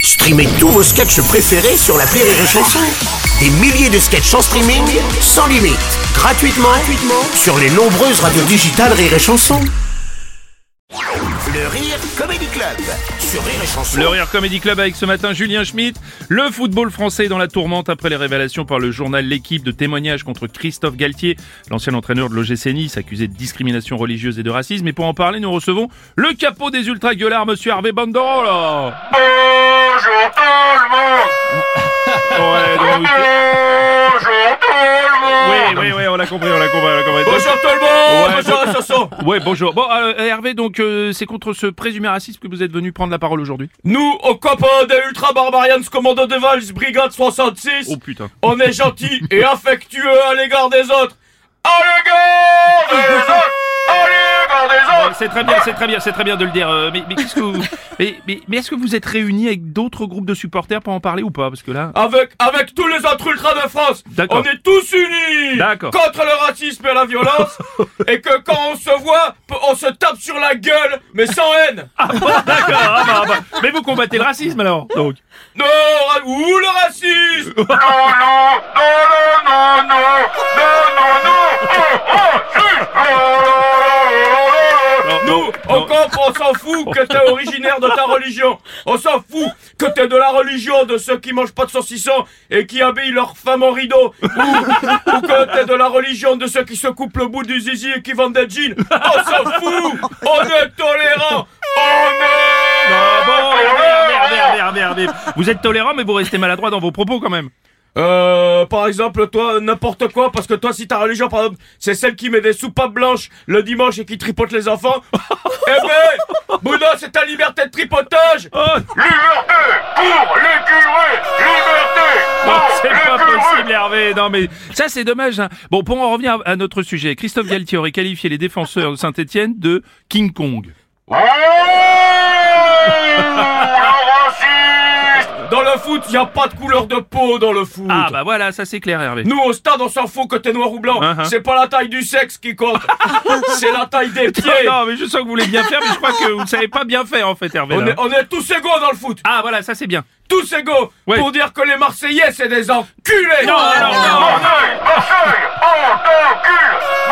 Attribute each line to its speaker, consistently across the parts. Speaker 1: Streamez tous vos sketchs préférés sur la Rire et Chanson. Des milliers de sketchs en streaming, sans limite, gratuitement, gratuitement sur les nombreuses radios digitales Rire et Chanson. Le Rire Comedy Club sur Rire et Chanson.
Speaker 2: Le Rire Comedy Club avec ce matin Julien Schmitt. Le football français est dans la tourmente après les révélations par le journal L'équipe de témoignages contre Christophe Galtier, l'ancien entraîneur de l'OGC Nice, accusé de discrimination religieuse et de racisme. Et pour en parler, nous recevons le capot des ultra gueulards, monsieur Hervé Bandoro, là.
Speaker 3: Bonjour tout le monde
Speaker 2: Ouais, donc, vous-
Speaker 3: Bonjour tout le monde
Speaker 2: oui, oui, oui, on l'a compris, on l'a compris, on l'a compris.
Speaker 3: Bonjour tout le monde
Speaker 2: Ouais,
Speaker 3: Bonjour la Oh, Soso
Speaker 2: Ouais, bonjour. Bon, euh, Hervé, donc euh, c'est contre ce présumé racisme que vous êtes venu prendre la parole aujourd'hui.
Speaker 3: Nous, aux copains des Ultra Barbarians Commando de Valls, Brigade 66,
Speaker 2: Oh putain.
Speaker 3: on est gentils et affectueux à l'égard des autres À l'égard des autres À l'égard des
Speaker 2: Ouais,
Speaker 3: autres
Speaker 2: C'est très bien, c'est très bien, c'est très bien de le dire. euh, mais mais qu'est-ce que vous- mais, mais- mais est-ce que vous êtes réunis avec d'autres groupes de supporters pour en parler ou pas Parce que là,
Speaker 3: avec, avec tous les autres ultras de France,
Speaker 2: D'accord.
Speaker 3: on est tous unis
Speaker 2: D'accord.
Speaker 3: contre le racisme et la violence, et que quand on se voit, on se tape sur la gueule, mais sans haine.
Speaker 2: d'accord. ah bah, ah bah. Mais vous combattez le racisme alors Donc.
Speaker 3: Non, ra- ou le racisme Non, non, non, non, non, non, non, non, non,
Speaker 2: Non,
Speaker 3: Nous,
Speaker 2: non.
Speaker 3: au camp, on s'en fout que t'es originaire de ta religion. On s'en fout que t'es de la religion de ceux qui mangent pas de saucisson et qui habillent leurs femmes en rideau. Ou, ou que t'es de la religion de ceux qui se coupent le bout du zizi et qui vendent des jeans. On s'en fout On est tolérant On est
Speaker 2: Ah bon, Hervé, Hervé, Hervé, Hervé, Hervé, Hervé. Vous êtes tolérant, mais vous restez maladroit dans vos propos quand même.
Speaker 3: Euh, par exemple, toi, n'importe quoi, parce que toi, si ta religion, par exemple, c'est celle qui met des soupapes blanches le dimanche et qui tripote les enfants, eh ben, Bouddha, c'est ta liberté de tripotage
Speaker 2: Oh,
Speaker 3: Liberté pour les curés Liberté
Speaker 2: non, c'est pas possible, Hervé. Non, mais ça, c'est dommage. hein. Bon, pour en revenir à, à notre sujet, Christophe Galtier aurait qualifié les défenseurs de Saint-Etienne de King Kong.
Speaker 3: Dans le foot, y a pas de couleur de peau dans le foot
Speaker 2: Ah bah voilà, ça c'est clair, Hervé.
Speaker 3: Nous, au stade, on s'en fout que t'es noir ou blanc.
Speaker 2: Uh-huh.
Speaker 3: C'est pas la taille du sexe qui compte. c'est la taille des pieds.
Speaker 2: Non, mais je sens que vous voulez bien faire, mais je crois que vous ne savez pas bien faire en fait, Hervé.
Speaker 3: On
Speaker 2: là.
Speaker 3: est, on est tous égaux dans le foot.
Speaker 2: Ah voilà, ça c'est bien.
Speaker 3: tous égaux
Speaker 2: Ouais.
Speaker 3: pour dire que les Marseillais, c'est des enculés
Speaker 2: Non, non, non, non.
Speaker 3: Marseille, Marseille,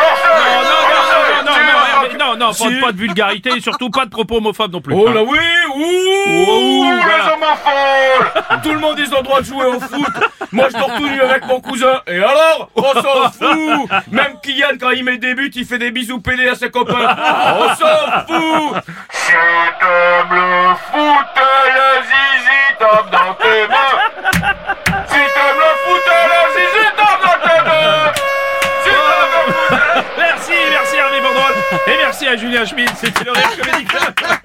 Speaker 3: on t'encule
Speaker 2: Non, non, non, non,
Speaker 3: Marseille, Ah,
Speaker 2: non, non, Hervé, Ah, non, non, pas, de- pas de vulgarité et surtout pas de propos homophobes non plus. Hein.
Speaker 3: Oh là oui, ouh,
Speaker 2: Ah. Ouh,
Speaker 3: les
Speaker 2: voilà.
Speaker 3: homophobes Tout le monde, ils ont le droit de jouer au foot Moi, je dors tout nu avec mon cousin, et alors On s'en fout Même Kylian, quand il met des buts, il fait des bisous pédés à ses copains On s'en fout C'est comme le foot, le zizi tape dans tes mains Si t'aimes le foot, le zizi tape dans tes mains Si t'aimes le foot,
Speaker 2: Merci, merci Hervé Bourdrol et merci à Julien Schmidt, c'était le Rire Comédie Club.